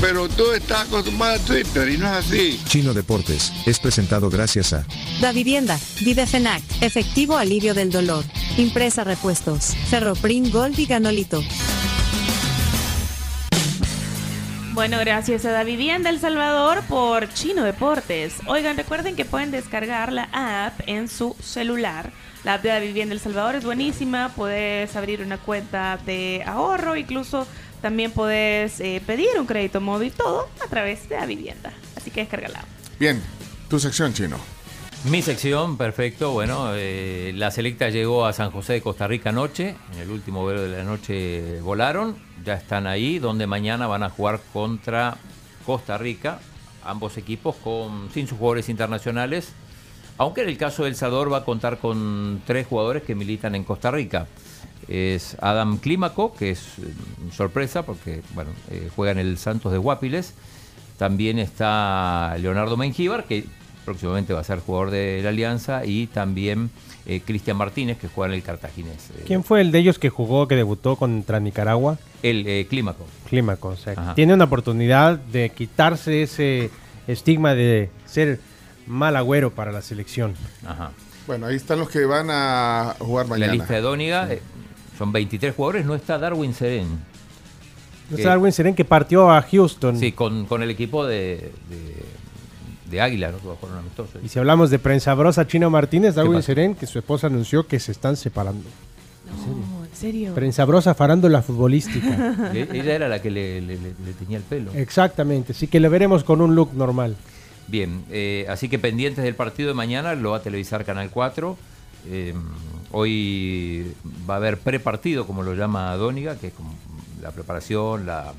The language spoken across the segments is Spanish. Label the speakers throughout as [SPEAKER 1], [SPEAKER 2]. [SPEAKER 1] Pero tú estás acostumbrado a Twitter y no es así.
[SPEAKER 2] Chino Deportes es presentado gracias a
[SPEAKER 3] Da Vivienda, Videfenac, Efectivo Alivio del Dolor, Impresa Repuestos, Ferroprim Gold y Ganolito.
[SPEAKER 4] Bueno, gracias a Da Vivienda El Salvador por Chino Deportes. Oigan, recuerden que pueden descargar la app en su celular. La app de Da Vivienda El Salvador es buenísima. Puedes abrir una cuenta de ahorro, incluso también puedes eh, pedir un crédito móvil, todo a través de la vivienda. Así que descárgala.
[SPEAKER 5] Bien, tu sección chino.
[SPEAKER 6] Mi sección, perfecto. Bueno, eh, la selecta llegó a San José de Costa Rica anoche. En el último vuelo de la noche volaron. Ya están ahí, donde mañana van a jugar contra Costa Rica. Ambos equipos con, sin sus jugadores internacionales. Aunque en el caso del Salvador va a contar con tres jugadores que militan en Costa Rica es Adam Clímaco, que es eh, sorpresa porque bueno, eh, juega en el Santos de Guapiles. También está Leonardo Mengíbar, que próximamente va a ser jugador de la Alianza, y también eh, Cristian Martínez, que juega en el Cartaginés. Eh,
[SPEAKER 7] ¿Quién fue el de ellos que jugó, que debutó contra Nicaragua?
[SPEAKER 6] El eh, Clímaco.
[SPEAKER 7] Clímaco, o sea, Ajá. tiene una oportunidad de quitarse ese estigma de ser mal agüero para la selección.
[SPEAKER 5] Ajá. Bueno, ahí están los que van a jugar mañana.
[SPEAKER 6] La lista de Dóniga, sí. Son 23 jugadores, no está Darwin Seren.
[SPEAKER 7] No está Darwin Seren que partió a Houston.
[SPEAKER 6] Sí, con, con el equipo de, de, de Águila, ¿no? Que va a jugar un amistoso.
[SPEAKER 7] Y si hablamos de prensa brosa Chino Martínez, Darwin Seren, que su esposa anunció que se están separando.
[SPEAKER 4] No, ¿en serio?
[SPEAKER 7] Prensa brosa farándula futbolística.
[SPEAKER 6] Le, ella era la que le, le, le, tenía el pelo.
[SPEAKER 7] Exactamente, así que lo veremos con un look normal.
[SPEAKER 6] Bien, eh, así que pendientes del partido de mañana, lo va a televisar Canal 4. Eh, hoy va a haber prepartido, como lo llama Dóniga, que es como la preparación, la,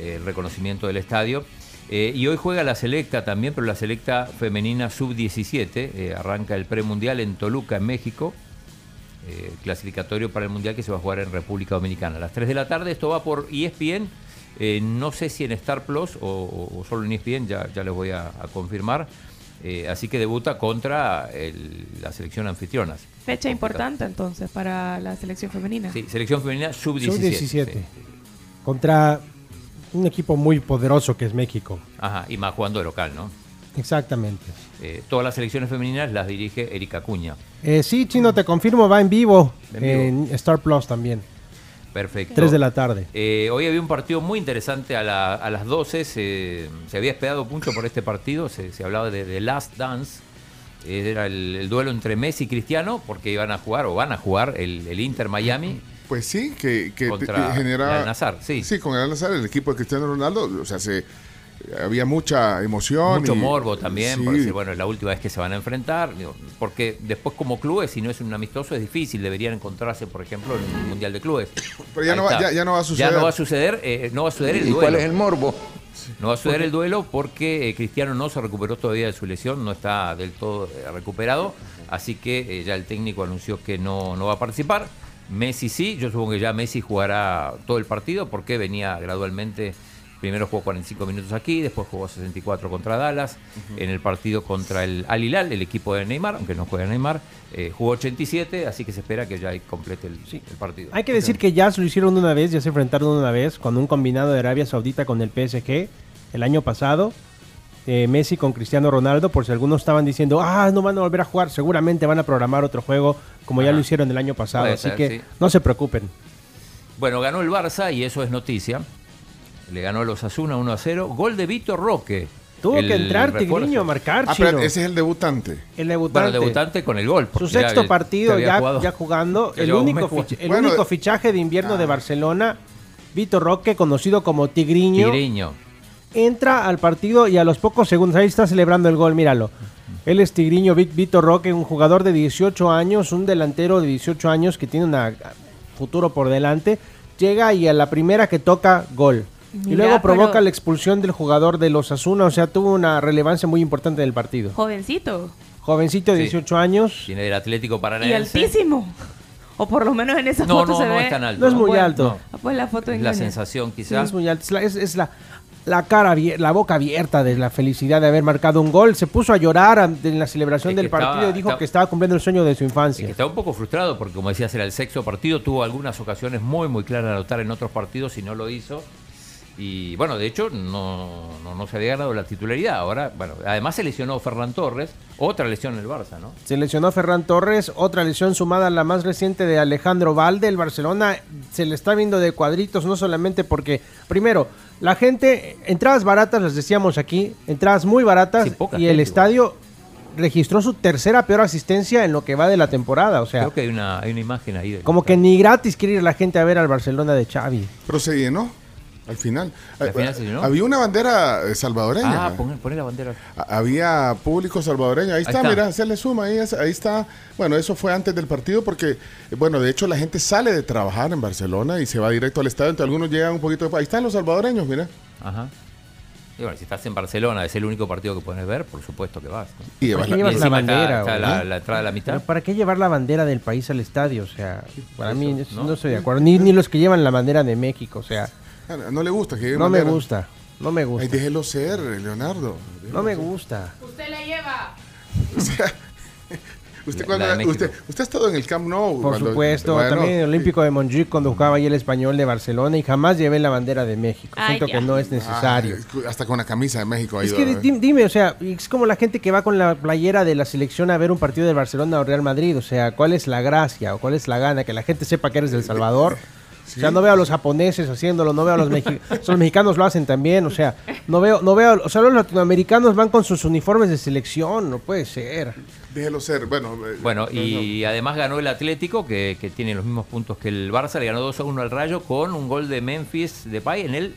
[SPEAKER 6] eh, el reconocimiento del estadio. Eh, y hoy juega la selecta también, pero la selecta femenina sub-17. arranca el premundial en Toluca, en México. eh, clasificatorio para el mundial que se va a jugar en República Dominicana. A las 3 de la tarde, esto va por E ESPN. Eh, no sé si en Star Plus o, o, o solo en E ESPN, ya, ya les voy a, a confirmar. Eh, así que debuta contra el, la selección anfitriona.
[SPEAKER 4] Fecha importante entonces para la selección femenina.
[SPEAKER 6] Sí, selección femenina sub-17.
[SPEAKER 7] Sub-17. Sí. Contra un equipo muy poderoso que es México.
[SPEAKER 6] Ajá, y más jugando de local, ¿no?
[SPEAKER 7] Exactamente.
[SPEAKER 6] Eh, todas las selecciones femeninas las dirige Erika Cuña.
[SPEAKER 7] Eh, sí, Chino, te confirmo, va en vivo en, en Star Plus también.
[SPEAKER 6] Perfecto.
[SPEAKER 7] 3 de la tarde.
[SPEAKER 6] Eh, hoy había un partido muy interesante a, la, a las 12. Se, se, había esperado mucho por este partido. Se, se hablaba de, de, Last Dance. Eh, era el, el, duelo entre Messi y Cristiano, porque iban a jugar o van a jugar el, el Inter Miami.
[SPEAKER 5] Pues sí, que, que
[SPEAKER 6] contra
[SPEAKER 5] generaba.
[SPEAKER 6] El Nazar, sí.
[SPEAKER 5] Sí, con el Nazar, el equipo de Cristiano Ronaldo. O sea, se, había mucha emoción.
[SPEAKER 6] Mucho y, morbo también, sí. por decir, bueno, es la última vez que se van a enfrentar, porque después como clubes, si no es un amistoso, es difícil, deberían encontrarse, por ejemplo, en el Mundial de Clubes.
[SPEAKER 5] Pero ya, no va, ya, ya no, va, a suceder.
[SPEAKER 6] Ya no va a suceder, eh, no va a suceder el duelo.
[SPEAKER 8] ¿Y cuál es el morbo?
[SPEAKER 6] No va a suceder el duelo porque eh, Cristiano no se recuperó todavía de su lesión, no está del todo eh, recuperado, así que eh, ya el técnico anunció que no, no va a participar. Messi sí, yo supongo que ya Messi jugará todo el partido porque venía gradualmente Primero jugó 45 minutos aquí, después jugó 64 contra Dallas. Uh -huh. En el partido contra el Al Hilal, el equipo de Neymar, aunque no juega Neymar, eh, jugó 87, así que se espera que ya complete el, sí. el partido.
[SPEAKER 7] Hay que decir que ya se lo hicieron una vez, ya se enfrentaron una vez con un combinado de Arabia Saudita con el PSG el año pasado. Eh, Messi con Cristiano Ronaldo, por si algunos estaban diciendo, ah, no van a volver a jugar, seguramente van a programar otro juego como Ajá. ya lo hicieron el año pasado, Puede así ser, que sí. no se preocupen.
[SPEAKER 6] Bueno, ganó el Barça y eso es noticia le ganó los Asuna 1 a 0. Gol de Vito Roque.
[SPEAKER 7] Tuvo el que entrar Tigriño a marcar.
[SPEAKER 5] Ah, pero ese es el debutante.
[SPEAKER 7] El debutante.
[SPEAKER 6] Bueno, el debutante con el gol.
[SPEAKER 7] Su sexto ya, partido ya, ya, jugando. El, único, ficha, el bueno, único, fichaje de invierno ah. de Barcelona, Vito Roque, conocido como Tigriño.
[SPEAKER 6] Tigriño.
[SPEAKER 7] Entra al partido y a los pocos segundos, ahí está celebrando el gol, míralo. Él es Tigriño Vito Roque, un jugador de 18 años, un delantero de 18 años que tiene un futuro por delante. Llega y a la primera que toca, gol. Y Mirá, luego provoca pero... la expulsión del jugador de los Asuna, o sea, tuvo una relevancia muy importante en el partido.
[SPEAKER 4] Jovencito.
[SPEAKER 7] Jovencito de
[SPEAKER 6] Sí.
[SPEAKER 7] 18 años.
[SPEAKER 6] Tiene del Atlético
[SPEAKER 4] Y
[SPEAKER 6] Paranaense.
[SPEAKER 4] altísimo. O por lo menos en esa
[SPEAKER 6] No,
[SPEAKER 4] foto
[SPEAKER 6] no,
[SPEAKER 4] se
[SPEAKER 6] no
[SPEAKER 4] ve.
[SPEAKER 6] es tan alto.
[SPEAKER 7] No es muy
[SPEAKER 6] Bueno,
[SPEAKER 7] alto.
[SPEAKER 4] Ah, Pues la foto
[SPEAKER 6] Es
[SPEAKER 4] engaña.
[SPEAKER 6] la sensación
[SPEAKER 7] Sí,
[SPEAKER 6] quizás.
[SPEAKER 7] es muy alto. Es la, es- es la- la cara, abier- la boca abierta de la felicidad de haber marcado un gol. Se puso a llorar a- en la celebración
[SPEAKER 6] Es que
[SPEAKER 7] del partido
[SPEAKER 6] estaba-
[SPEAKER 7] y dijo
[SPEAKER 6] estaba-
[SPEAKER 7] que estaba cumpliendo el sueño de su
[SPEAKER 6] Es que
[SPEAKER 7] infancia.
[SPEAKER 6] está un poco frustrado porque, como decías, era el sexto partido. Tuvo algunas ocasiones muy, muy claras de anotar en otros partidos y no lo hizo. Y bueno, de hecho, no, no, no se había ganado la titularidad. Ahora, bueno, además se lesionó Ferran Torres. Otra lesión en el Barça, ¿no?
[SPEAKER 7] Se lesionó Ferran Torres, otra lesión sumada a la más reciente de Alejandro Valde. El Barcelona se le está viendo de cuadritos, no solamente porque, primero, la gente, entradas baratas, las decíamos aquí, entradas muy baratas,
[SPEAKER 6] Sí, poca
[SPEAKER 7] y el
[SPEAKER 6] gente,
[SPEAKER 7] estadio registró su tercera peor asistencia en lo que va de la temporada. O sea,
[SPEAKER 6] Creo que hay una, hay una imagen ahí. del-
[SPEAKER 7] como que ni gratis quiere ir la gente a ver al Barcelona de Xavi.
[SPEAKER 5] Pero se llenó al final.
[SPEAKER 6] Al
[SPEAKER 5] Eh,
[SPEAKER 6] final se llenó.
[SPEAKER 5] Había una bandera eh, salvadoreña.
[SPEAKER 6] Ah, poner, poner la bandera.
[SPEAKER 5] A- Había público salvadoreño. Ahí está,
[SPEAKER 6] está.
[SPEAKER 5] mira, se le suma. Ahí, es- ahí está. Bueno, eso fue antes del partido porque, eh, bueno, de hecho la gente sale de trabajar en Barcelona y se va directo al estadio. Entonces algunos llegan un poquito después. Ahí están los salvadoreños, mira.
[SPEAKER 6] Ajá. Y bueno, si estás en Barcelona, es el único partido que puedes ver, por supuesto que vas. ¿no?
[SPEAKER 5] Y llevas la-
[SPEAKER 7] Llevas
[SPEAKER 6] Y
[SPEAKER 7] la
[SPEAKER 6] encima está-
[SPEAKER 7] bandera,
[SPEAKER 6] está
[SPEAKER 7] güey,
[SPEAKER 6] la,
[SPEAKER 7] ¿no?
[SPEAKER 6] la entrada a la mitad.
[SPEAKER 7] Pero ¿Para qué llevar la bandera del país al estadio? O sea, para
[SPEAKER 6] Eso,
[SPEAKER 7] mí eso
[SPEAKER 6] ¿no?
[SPEAKER 7] no estoy de acuerdo. Ni, ni los que llevan la bandera de México, o sea,
[SPEAKER 5] Ah, No le gusta que lleve
[SPEAKER 7] no me
[SPEAKER 5] bandera.
[SPEAKER 7] gusta. No me
[SPEAKER 5] Ay,
[SPEAKER 7] gusta.
[SPEAKER 5] déjelo ser, Leonardo.
[SPEAKER 7] No me gusta.
[SPEAKER 4] Usted la lleva.
[SPEAKER 5] Usted,
[SPEAKER 6] La-
[SPEAKER 5] cuando,
[SPEAKER 6] la de México.
[SPEAKER 5] usted, usted ha estado en el Camp Nou.
[SPEAKER 7] Por
[SPEAKER 5] cuando-
[SPEAKER 7] supuesto,
[SPEAKER 5] bueno,
[SPEAKER 7] también el Olímpico de Montjuic cuando jugaba ahí el español de Barcelona y jamás llevé la bandera de México.
[SPEAKER 4] Ay,
[SPEAKER 7] Siento
[SPEAKER 4] ya.
[SPEAKER 7] que no es
[SPEAKER 5] ah,
[SPEAKER 7] necesario.
[SPEAKER 5] hasta con la camisa de México. ha
[SPEAKER 7] Es
[SPEAKER 5] ido,
[SPEAKER 7] que
[SPEAKER 5] ¿eh?
[SPEAKER 7] di- dime, o sea, es como la gente que va con la playera de la selección a ver un partido de Barcelona o Real Madrid. O sea, ¿cuál es la gracia o cuál es la gana? Que la gente sepa que eres del Salvador. O sea, no veo a los japoneses haciéndolo, no veo a los mexicanos. los mexicanos lo hacen también, o sea, no veo, no veo, o sea, los latinoamericanos van con sus uniformes de selección, no puede ser.
[SPEAKER 5] Déjelo ser. Bueno, eh,
[SPEAKER 6] Bueno, y además ganó el Atlético, que, que tiene los mismos puntos que el Barça. Le ganó 2 a 1 al Rayo con un gol de Memphis Depay en el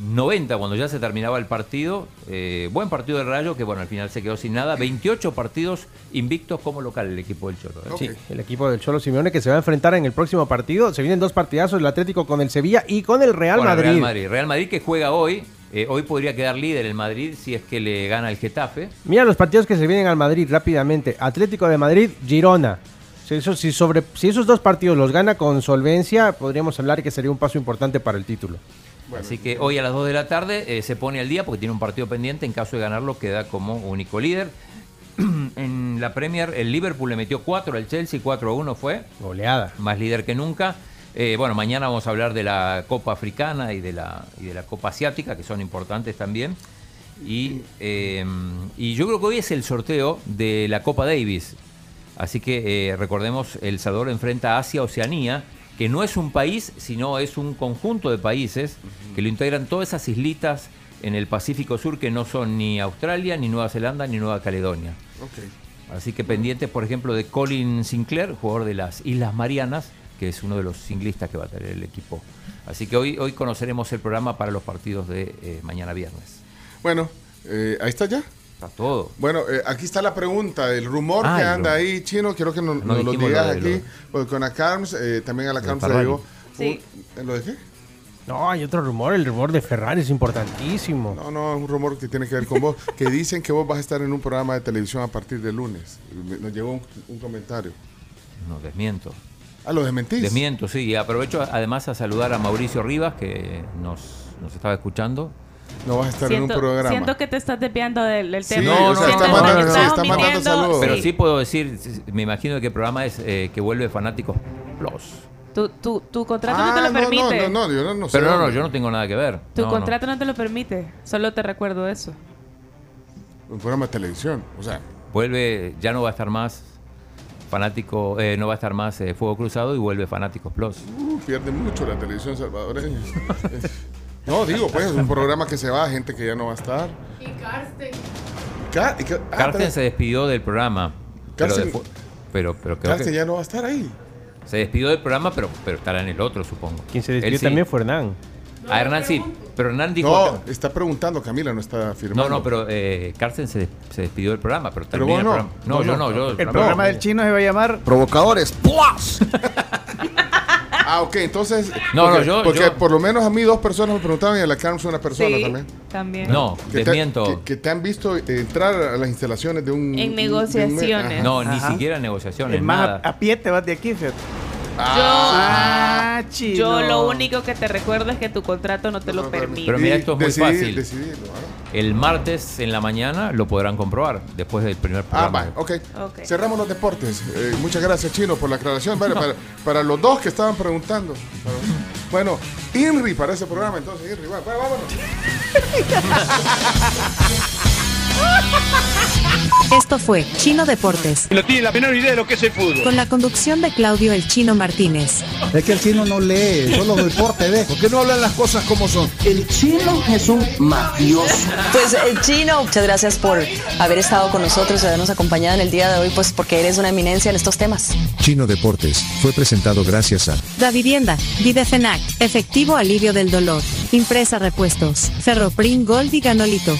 [SPEAKER 6] 90, cuando ya se terminaba el partido. Eh, buen partido del Rayo, que bueno, al final se quedó sin nada. 28 partidos invictos como local el equipo del Cholo. ¿eh?
[SPEAKER 5] Ok.
[SPEAKER 7] Sí, el equipo del Cholo Simeone que se va a enfrentar en el próximo partido. Se vienen dos partidazos, el Atlético con el Sevilla y con el Real,
[SPEAKER 6] Bueno,
[SPEAKER 7] Madrid.
[SPEAKER 6] Real Madrid. Real Madrid que juega hoy. Eh, hoy podría quedar líder el Madrid si es que le gana el Getafe.
[SPEAKER 7] Mira los partidos que se vienen al Madrid rápidamente. Atlético de Madrid, Girona. Si, eso- si sobre, si esos dos partidos los gana con solvencia, podríamos hablar que sería un paso importante para el título.
[SPEAKER 6] Así que hoy a las 2 de la tarde eh, se pone al día porque tiene un partido pendiente. En caso de ganarlo, queda como único líder. en la Premier, el Liverpool le metió 4 al Chelsea, 4 a 1 fue,
[SPEAKER 7] Goleada.
[SPEAKER 6] más líder que nunca. Eh, bueno, mañana vamos a hablar de la Copa Africana y de la, y de la Copa Asiática, que son importantes también. Y, eh, y yo creo que hoy es el sorteo de la Copa Davis. Así que eh, recordemos, El Salvador enfrenta a Asia-Oceanía, que no es un país, sino es un conjunto de países que lo integran todas esas islitas en el Pacífico Sur que no son ni Australia, ni Nueva Zelanda, ni Nueva Caledonia. Así que pendientes, por ejemplo, de Colin Sinclair, jugador de las Islas Marianas, que es uno de los singlistas que va a tener el equipo. Así que hoy, hoy conoceremos el programa para los partidos de eh, mañana viernes.
[SPEAKER 5] bueno eh, ahí está ya.
[SPEAKER 6] Está todo.
[SPEAKER 5] Bueno, eh, aquí está la pregunta, el rumor
[SPEAKER 6] Ah,
[SPEAKER 5] que
[SPEAKER 6] el
[SPEAKER 5] anda
[SPEAKER 6] rumor.
[SPEAKER 5] ahí, chino, quiero que no- nos lo
[SPEAKER 6] dijimos
[SPEAKER 5] digas
[SPEAKER 6] lo de
[SPEAKER 5] aquí,
[SPEAKER 6] lo-
[SPEAKER 5] porque con la Carms, eh, también a la
[SPEAKER 6] Lo de
[SPEAKER 5] Carms le
[SPEAKER 6] Ferrari.
[SPEAKER 5] digo,
[SPEAKER 4] Sí.
[SPEAKER 5] ¿Lo dejé?
[SPEAKER 7] No, hay otro rumor, el rumor de Ferrari es importantísimo.
[SPEAKER 5] No, no, es un rumor que tiene que ver con vos, que dicen que vos vas a estar en un programa de televisión a partir del lunes. Me- Nos llegó un, un comentario.
[SPEAKER 6] No, desmiento.
[SPEAKER 5] Ah, lo desmentís.
[SPEAKER 6] Desmiento, sí. Y aprovecho además a saludar a Mauricio Rivas, que nos, nos estaba escuchando.
[SPEAKER 5] No vas a estar en
[SPEAKER 4] Siento,
[SPEAKER 5] un programa.
[SPEAKER 4] siento que te estás desviando del, del
[SPEAKER 5] Sí,
[SPEAKER 4] tema.
[SPEAKER 6] o sea,
[SPEAKER 4] Siento
[SPEAKER 6] está
[SPEAKER 4] que
[SPEAKER 6] mandando-
[SPEAKER 4] estás
[SPEAKER 6] sí,
[SPEAKER 5] está mandando
[SPEAKER 4] omitiendo-
[SPEAKER 5] saludos.
[SPEAKER 6] Pero
[SPEAKER 5] Sí.
[SPEAKER 6] sí puedo decir, sí, sí, me imagino que el programa es eh, que vuelve Fanáticos Plus.
[SPEAKER 4] Tu, tu, tu contrato no
[SPEAKER 5] Ah,
[SPEAKER 4] te lo
[SPEAKER 5] no, no,
[SPEAKER 4] permite.
[SPEAKER 5] no, no, yo no, no sé.
[SPEAKER 6] Pero no, no, yo no tengo nada que ver.
[SPEAKER 4] Tu
[SPEAKER 6] No, no.
[SPEAKER 4] contrato no. te lo permite. Solo te recuerdo eso.
[SPEAKER 5] Un programa de televisión, o sea,
[SPEAKER 6] Vuelve, ya no va a estar más fanático, eh, no va a estar más eh, Fuego Cruzado y vuelve Fanáticos Plus.
[SPEAKER 5] uh, pierde mucho la televisión salvadoreña. no, digo, pues es un programa que se va, gente que ya no va a estar. Y Carsten.
[SPEAKER 7] ah,
[SPEAKER 6] Carsten se despidió del programa. pero
[SPEAKER 5] Carsten-
[SPEAKER 6] despu- Pero, pero creo
[SPEAKER 5] Carsten
[SPEAKER 6] que
[SPEAKER 5] ya no va a estar ahí.
[SPEAKER 6] se despidió del programa, pero, pero estará en el otro, supongo.
[SPEAKER 7] Quien se
[SPEAKER 6] Él
[SPEAKER 7] despidió
[SPEAKER 6] sí.
[SPEAKER 7] también fue Hernán.
[SPEAKER 6] A Hernán sí, pero Hernán dijo...
[SPEAKER 5] No, está preguntando Camila, no está firmando.
[SPEAKER 6] No, no, pero eh, Carsten se, des- se despidió del programa, pero
[SPEAKER 5] Pero
[SPEAKER 6] termina
[SPEAKER 5] vos
[SPEAKER 6] el
[SPEAKER 5] no.
[SPEAKER 6] programa. No,
[SPEAKER 5] Vos
[SPEAKER 6] yo
[SPEAKER 5] no.
[SPEAKER 6] no, yo.
[SPEAKER 9] El programa del chino se va a llamar
[SPEAKER 8] Provocadores. ¡Plus!
[SPEAKER 7] Ah, ok, entonces.
[SPEAKER 6] No, no,
[SPEAKER 7] porque,
[SPEAKER 6] yo-
[SPEAKER 7] Porque
[SPEAKER 6] yo-
[SPEAKER 7] por lo menos a mí dos personas me preguntaban y a la Carms una persona
[SPEAKER 10] Sí,
[SPEAKER 7] también.
[SPEAKER 10] también.
[SPEAKER 6] No,
[SPEAKER 7] Que te,
[SPEAKER 6] desmiento.
[SPEAKER 7] que, que te han visto eh, entrar a las instalaciones de un.
[SPEAKER 10] En
[SPEAKER 7] de un- de un-
[SPEAKER 10] negociaciones.
[SPEAKER 7] ajá.
[SPEAKER 6] No, ni
[SPEAKER 9] Ajá.
[SPEAKER 6] siquiera negociaciones,
[SPEAKER 9] Es más,
[SPEAKER 6] nada.
[SPEAKER 9] a, a pie te vas de aquí, fíjate.
[SPEAKER 10] Ah,
[SPEAKER 9] Ah, chino.
[SPEAKER 10] Yo lo único que te recuerdo es que tu contrato no te lo permite.
[SPEAKER 6] Pero mira, esto es muy
[SPEAKER 7] Decidí-
[SPEAKER 6] fácil.
[SPEAKER 7] decidilo, ah.
[SPEAKER 6] El martes en la mañana lo podrán comprobar después del primer
[SPEAKER 7] Ah,
[SPEAKER 6] programa.
[SPEAKER 7] va, ok.
[SPEAKER 10] Ok.
[SPEAKER 7] Cerramos los deportes. Eh, muchas gracias, Chino, por la aclaración. Vale, para, para los dos que estaban preguntando. Para- Bueno, Inri para ese programa, entonces, Inri, va, va, vámonos.
[SPEAKER 3] Esto fue Chino Deportes,
[SPEAKER 8] No tiene la menor idea de lo que es el fútbol.
[SPEAKER 3] con la conducción de Claudio El Chino Martínez.
[SPEAKER 11] Es que el chino no lee, solo deporte, ¿ves?
[SPEAKER 2] ¿Por qué no hablan las cosas como son?
[SPEAKER 12] El chino es un mafioso.
[SPEAKER 4] Pues el chino, muchas gracias por haber estado con nosotros y habernos acompañado en el día de hoy, pues porque eres una eminencia en estos temas.
[SPEAKER 2] Chino Deportes fue presentado gracias a
[SPEAKER 3] Da Vivienda, Videfenac, efectivo alivio del dolor, impresa repuestos, Ferroprim Gold y Ganolito.